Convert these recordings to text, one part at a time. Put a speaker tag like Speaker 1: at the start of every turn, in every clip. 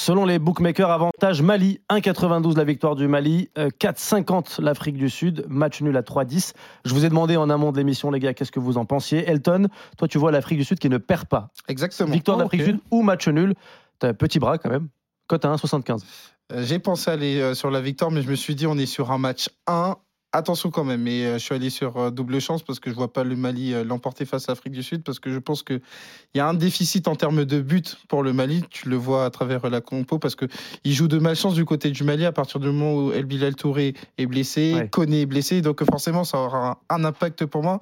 Speaker 1: Selon les bookmakers, avantage Mali, 1,92 la victoire du Mali, euh, 4,50 l'Afrique du Sud, match nul à 3,10. Je vous ai demandé en amont de l'émission, les gars, qu'est-ce que vous en pensiez. Elton, toi, tu vois l'Afrique du Sud qui ne perd pas.
Speaker 2: Exactement.
Speaker 1: Victoire
Speaker 2: Oh,
Speaker 1: d'Afrique
Speaker 2: ok.
Speaker 1: du Sud ou match nul. T'as un petit bras quand même. Cote à 1,75.
Speaker 2: Euh, J'ai pensé aller euh, sur la victoire, mais je me suis dit, on est sur un match 1. Attention quand même, mais euh, je suis allé sur euh, double chance parce que je vois pas le Mali euh, l'emporter face à l'Afrique du Sud parce que je pense que il y a un déficit en termes de buts pour le Mali. Tu le vois à travers euh, la compo parce que il joue de malchance du côté du Mali à partir du moment où El Bilal Touré est blessé,
Speaker 1: Ouais.
Speaker 2: Koné est blessé, donc euh, forcément ça aura un, un impact pour moi.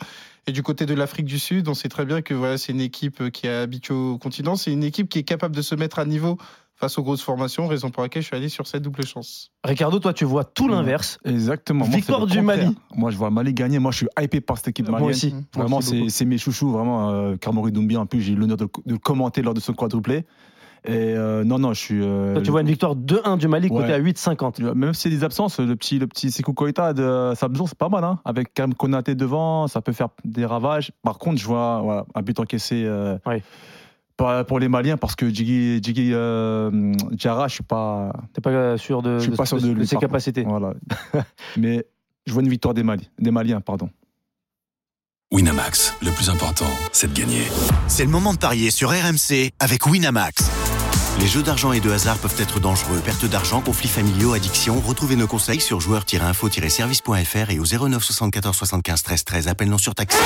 Speaker 2: Et du côté de l'Afrique du Sud, on sait très bien que voilà, c'est une équipe euh, qui est habituée au continent, c'est une équipe qui est capable de se mettre à niveau face aux grosses formations, raison pour laquelle je suis allé sur cette double chance.
Speaker 1: Ricardo, toi, tu vois tout
Speaker 3: Mmh.
Speaker 1: l'inverse.
Speaker 3: Exactement. Moi,
Speaker 1: Victoire
Speaker 3: c'est
Speaker 1: du
Speaker 3: le contraire.
Speaker 1: Mali.
Speaker 3: Moi, je vois le Mali gagner. Moi, je suis hypé par cette équipe malienne.
Speaker 1: Moi aussi.
Speaker 2: Mmh.
Speaker 1: Moi
Speaker 3: Vraiment,
Speaker 1: aussi,
Speaker 3: c'est
Speaker 1: beaucoup.
Speaker 3: c'est mes chouchous. Vraiment, euh, Karmori Doumbia, en plus, j'ai eu l'honneur de, de le commenter lors de son quadruplé. Et euh, non, non, je suis. euh,
Speaker 1: Toi, tu vois une victoire 2-1 du Mali, côté
Speaker 3: Ouais.
Speaker 1: à 8,50.
Speaker 3: Même s'il y a des absences, le petit, le petit Sekou Koïta de Sabzon, c'est pas mal. Hein Avec Karim Konaté devant, ça peut faire des ravages. Par contre, je vois voilà, un but encaissé euh,
Speaker 1: Ouais.
Speaker 3: par- pour les Maliens parce que Jiggy, Jiggy euh, Diarra, je suis pas.
Speaker 1: T'es pas euh, sûr de,
Speaker 3: Je suis
Speaker 1: de-
Speaker 3: pas sûr
Speaker 1: de-
Speaker 3: de
Speaker 1: de
Speaker 3: lui,
Speaker 1: ses
Speaker 3: par contre.
Speaker 1: capacités.
Speaker 3: Voilà. Mais je vois une victoire des, Mali, des Maliens. Pardon.
Speaker 4: Winamax, le plus important, c'est de gagner.
Speaker 5: C'est le moment de parier sur RMC avec Winamax. Les jeux d'argent et de hasard peuvent être dangereux. Perte d'argent, conflits familiaux, addiction. Retrouvez nos conseils sur joueurs-info-service.fr et au 09 74 75 13 13. Appel non surtaxé.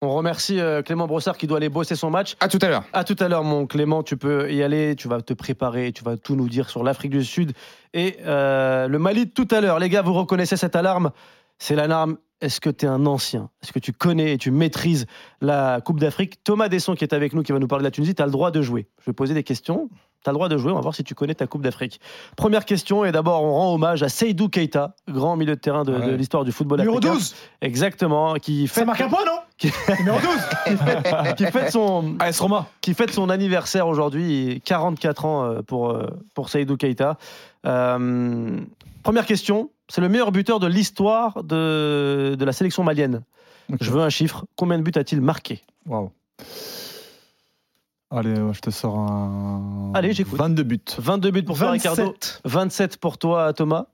Speaker 1: On remercie euh, Clément Brossard qui doit aller bosser son match.
Speaker 2: À tout à l'heure.
Speaker 1: À tout à l'heure, mon Clément, tu peux y aller, tu vas te préparer, tu vas tout nous dire sur l'Afrique du Sud et euh, le Mali de tout à l'heure. Les gars, vous reconnaissez cette alarme C'est l'alarme. Est-ce que tu es un ancien Est-ce que tu connais et tu maîtrises la Coupe d'Afrique Thomas Desson, qui est avec nous, qui va nous parler de la Tunisie, tu as le droit de jouer. Je vais poser des questions. Tu as le droit de jouer, on va voir si tu connais ta Coupe d'Afrique. Première question, et d'abord, on rend hommage à Seydou Keita, grand milieu de terrain de, de
Speaker 3: Ouais.
Speaker 1: l'histoire du football
Speaker 6: Numéro
Speaker 1: africain.
Speaker 6: 12
Speaker 1: Exactement, qui
Speaker 6: Ça
Speaker 1: fête,
Speaker 6: marque un point, non
Speaker 1: Qui-
Speaker 6: Numéro 12
Speaker 1: qui fête son,
Speaker 3: AS Roma
Speaker 1: qui fête son anniversaire aujourd'hui, et 44 ans euh, pour, euh, pour Seydou Keita. Euh, première question, c'est le meilleur buteur de l'histoire de, de la sélection malienne.
Speaker 3: Ok.
Speaker 1: Je veux un chiffre, combien de buts a-t-il marqué
Speaker 3: Waouh. Allez, ouais, je te sors un.
Speaker 1: Allez, j'écoute.
Speaker 3: 22 buts.
Speaker 1: 22 buts pour toi Ricardo,
Speaker 6: 27.
Speaker 1: 27 pour toi Thomas,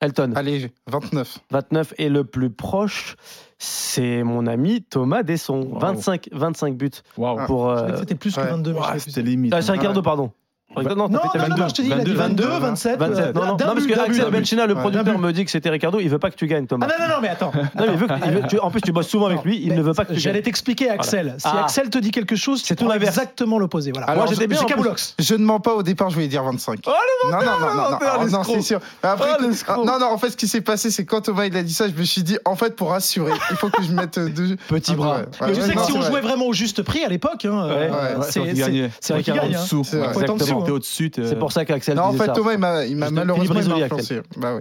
Speaker 1: Elton,
Speaker 2: Allez, 29.
Speaker 1: 29 et le plus proche, c'est mon ami Thomas Desson,
Speaker 3: Wow.
Speaker 1: 25, 25 buts
Speaker 3: Waouh.
Speaker 2: Ah.
Speaker 1: pour...
Speaker 6: Je
Speaker 1: euh,
Speaker 6: croyais que c'était plus que
Speaker 2: Ouais.
Speaker 6: 22. mais je
Speaker 3: Ouah,
Speaker 6: savais plus.
Speaker 3: C'était limite.
Speaker 1: ah, c'est
Speaker 3: hein.
Speaker 1: Ricardo, pardon. Ricardo, non,
Speaker 6: Non,
Speaker 1: t'as fait
Speaker 6: non,
Speaker 1: 22.
Speaker 6: non, je te dis, il a dit
Speaker 3: 22,
Speaker 6: 22, 27.
Speaker 1: 27. Non, non, non, parce que Axel Benchina, le
Speaker 2: Ouais.
Speaker 1: producteur, me dit que c'était Ricardo. Il veut pas que tu gagnes, Thomas.
Speaker 6: Ah non, non, non, mais attends.
Speaker 1: Non, mais il veut que- il veut- tu- en plus, tu bosses souvent avec
Speaker 6: Non,
Speaker 1: lui. Il
Speaker 6: mais
Speaker 1: ne veut pas que tu
Speaker 6: J'allais
Speaker 1: gagnes.
Speaker 6: t'expliquer, Axel. Si
Speaker 1: Ah.
Speaker 6: Axel te dit quelque chose,
Speaker 1: C'est
Speaker 6: c'est
Speaker 1: tout
Speaker 6: tout
Speaker 1: l'inverse.
Speaker 6: exactement l'opposé. Voilà.
Speaker 2: Alors,
Speaker 6: Moi, j'étais
Speaker 1: je-
Speaker 6: bien.
Speaker 1: c'est
Speaker 6: C'est
Speaker 1: Kaboulox.
Speaker 6: Kaboulox.
Speaker 2: Je ne mens pas, au départ, je voulais dire 25.
Speaker 1: Oh,
Speaker 2: non, non, non, non, non,
Speaker 1: menteur,
Speaker 2: non, non,
Speaker 1: l'escroc.
Speaker 2: c'est sûr. Mais Après,
Speaker 1: Oh,
Speaker 2: écoute,
Speaker 1: l'escroc.
Speaker 2: ah, non, non, en fait, ce qui s'est passé, c'est quand Thomas il a dit ça, je me suis dit, en fait, pour rassurer, il faut que je mette euh, deux.
Speaker 3: hein. Ah
Speaker 1: Petit bras.
Speaker 6: Mais tu sais que
Speaker 2: non,
Speaker 6: si
Speaker 2: c'est
Speaker 6: on
Speaker 2: vrai.
Speaker 6: jouait vraiment au juste prix à l'époque, hein,
Speaker 1: Ouais,
Speaker 2: ouais,
Speaker 6: euh,
Speaker 3: Ouais, c'est toi
Speaker 6: c'est
Speaker 3: qui
Speaker 6: c'est-
Speaker 3: gagnais.
Speaker 6: c'est vrai qu'il
Speaker 3: En
Speaker 6: gagne. hein.
Speaker 3: dessous.
Speaker 2: C'est
Speaker 3: ouais.
Speaker 2: vrai.
Speaker 3: Faut être en dessous,
Speaker 1: Exactement.
Speaker 3: T'es au-dessus. t'es-
Speaker 1: C'est pour ça qu'Axel
Speaker 2: Non, en
Speaker 1: disait
Speaker 2: fait,
Speaker 1: ça.
Speaker 2: Thomas, il m'a, il m'a
Speaker 1: Je te-
Speaker 2: malheureusement
Speaker 1: Philippe
Speaker 2: il m'a
Speaker 1: Risoli,
Speaker 2: influencé. Bah oui.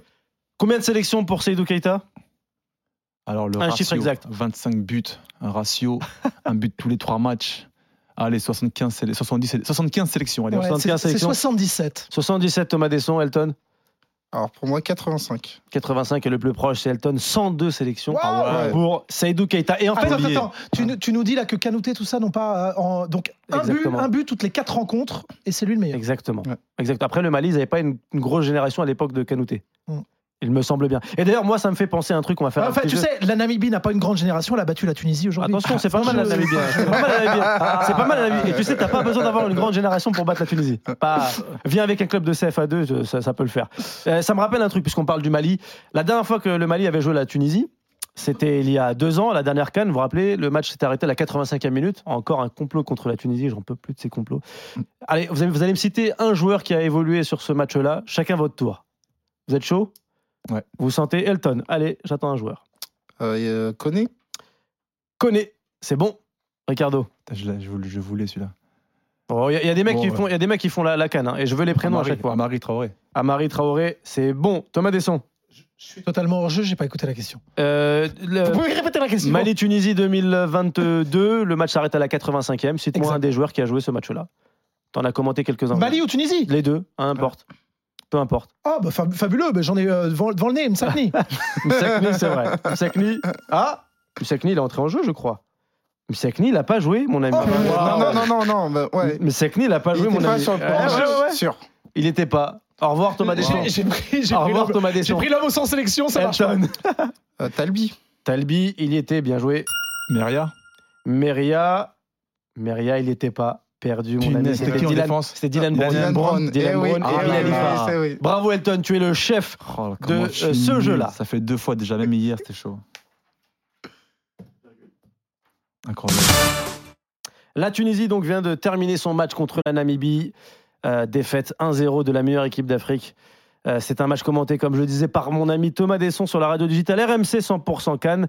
Speaker 1: Combien de sélections pour Seydou Keita
Speaker 3: Alors, le
Speaker 1: Un
Speaker 3: ratio,
Speaker 1: chiffre exact.
Speaker 3: 25 buts, un ratio, un but tous les trois matchs. Allez, 75, sé- 70, sé- 75 sélections. Allez,
Speaker 6: Ouais,
Speaker 3: on-
Speaker 1: Soixante-quinze
Speaker 6: c'est- C'est
Speaker 1: sélections.
Speaker 6: 77.
Speaker 1: 77, Thomas Desson, Elton.
Speaker 2: Alors, pour moi, 85.
Speaker 1: 85 et le plus proche, c'est Elton. 102 sélections
Speaker 3: Ah ouais.
Speaker 1: pour Seydou Keita. Et en fait,
Speaker 6: Attends, attends,
Speaker 3: oublié.
Speaker 6: attends. Tu, nous- tu nous dis là que Canouté, tout ça, n'ont pas. euh, en- donc, un but,
Speaker 1: Exactement.
Speaker 6: un but toutes les 4 rencontres, et c'est lui le meilleur.
Speaker 1: Exactement.
Speaker 2: Ouais.
Speaker 1: Exact. Après, le Mali, ils n'avaient pas une, une grosse génération à l'époque de Canouté.
Speaker 6: Mm.
Speaker 1: Il me semble bien. Et d'ailleurs, moi, ça me fait penser à un truc qu'on va faire. un
Speaker 6: Enfin,
Speaker 1: petit
Speaker 6: tu
Speaker 1: jeu.
Speaker 6: sais, la Namibie n'a pas une grande génération, elle a battu la Tunisie aujourd'hui.
Speaker 1: Bah, Attention, c'est pas mal la
Speaker 6: je-
Speaker 1: Namibie. hein. C'est pas mal la Namibie. C'est pas mal la Namibie. Et tu sais, t'as pas besoin d'avoir une grande génération pour battre la Tunisie. Pas... Viens avec un club de CFA2, je- ça, ça peut le faire. Euh, ça me rappelle un truc, puisqu'on parle du Mali. La dernière fois que le Mali avait joué la Tunisie, c'était il y a deux ans, la dernière canne. Vous vous rappelez, le match s'est arrêté à la 85e minute. Encore un complot contre la Tunisie, j'en peux plus de ces complots. Allez, vous allez, vous allez me citer un joueur qui a évolué sur ce match-là. Chacun votre tour. Vous êtes chaud
Speaker 3: Ouais.
Speaker 1: Vous sentez Elton Allez, j'attends un joueur.
Speaker 2: Euh, et, euh, Koné
Speaker 1: Connais, c'est bon. Ricardo.
Speaker 3: Putain, Je, l'ai- je voulais, je voulais celui-là.
Speaker 1: Il y, a- y a des mecs
Speaker 3: Bon,
Speaker 1: qui
Speaker 3: ouais.
Speaker 1: font, y a des mecs qui font la, la canne, hein, et je veux les prénoms à
Speaker 3: Amari-
Speaker 1: chaque fois.
Speaker 3: Amari Traoré.
Speaker 1: Amari Traoré, c'est bon. Thomas Desson.
Speaker 6: Je suis totalement hors jeu, j'ai pas écouté la question.
Speaker 1: Euh, le-
Speaker 6: Vous pouvez répéter la question
Speaker 1: Mali-Tunisie 2022, le match s'arrête à la 85e. Cite-moi
Speaker 6: Exact.
Speaker 1: un des joueurs qui a joué ce match-là. T'en as commenté quelques-uns.
Speaker 6: Mali ou Tunisie
Speaker 1: Les deux, hein, importe. Peu importe.
Speaker 6: Ah, bah fab- fabuleux, bah, j'en ai euh, devant, devant le nez, Msakni.
Speaker 1: Moussakni, c'est vrai. Moussakni. Ah Moussakni, il est entré en jeu, je crois. Mais Sekni, il a pas joué, mon ami.
Speaker 2: Oh, mais-
Speaker 1: Waouh.
Speaker 2: non, non, non, non, non, bah, ouais.
Speaker 1: Mais Sekni, il a pas
Speaker 2: Il
Speaker 1: joué,
Speaker 2: était
Speaker 1: mon
Speaker 2: pas
Speaker 1: ami.
Speaker 2: sur le Ah,
Speaker 1: Ouais,
Speaker 2: premier
Speaker 1: ouais,
Speaker 2: match,
Speaker 1: ouais.
Speaker 2: sûr.
Speaker 1: Il était pas. Au revoir, Thomas Deschamps.
Speaker 7: J'ai- J'ai pris, j'ai
Speaker 1: Au
Speaker 7: pris
Speaker 1: revoir,
Speaker 7: l'homme-
Speaker 1: Thomas
Speaker 7: j'ai
Speaker 1: Deschamps.
Speaker 7: pris l'homme au sans sélection, ça marche.
Speaker 1: Elton.
Speaker 2: Euh, Talbi.
Speaker 1: Talbi, il y était, bien joué.
Speaker 3: Meria.
Speaker 1: Meria, Meria, il était pas perdu, mon ami.
Speaker 3: Punaise,
Speaker 1: C'était
Speaker 3: t'es qui en
Speaker 1: Dylan,
Speaker 3: défense
Speaker 1: c'était Dylan Brown.
Speaker 2: Dylan Brown.
Speaker 1: Dylan
Speaker 2: Eh oui,
Speaker 1: Brown.
Speaker 2: eh
Speaker 1: Ah,
Speaker 2: oui,
Speaker 1: Dylan
Speaker 2: oui,
Speaker 1: Brown.
Speaker 2: c'est oui.
Speaker 1: Bravo, Elton, tu es le chef.
Speaker 3: Oh, là, comment
Speaker 1: De,
Speaker 3: je suis
Speaker 1: euh, ce
Speaker 3: nul.
Speaker 1: jeu-là.
Speaker 3: Ça fait deux fois déjà, même hier, c'était chaud. Incroyable.
Speaker 1: La Tunisie donc vient de terminer son match contre la Namibie. Euh, défaite 1-0 de la meilleure équipe d'Afrique. Euh, c'est un match commenté, comme je le disais, par mon ami Thomas Desson sur la radio digitale RMC 100% Cannes.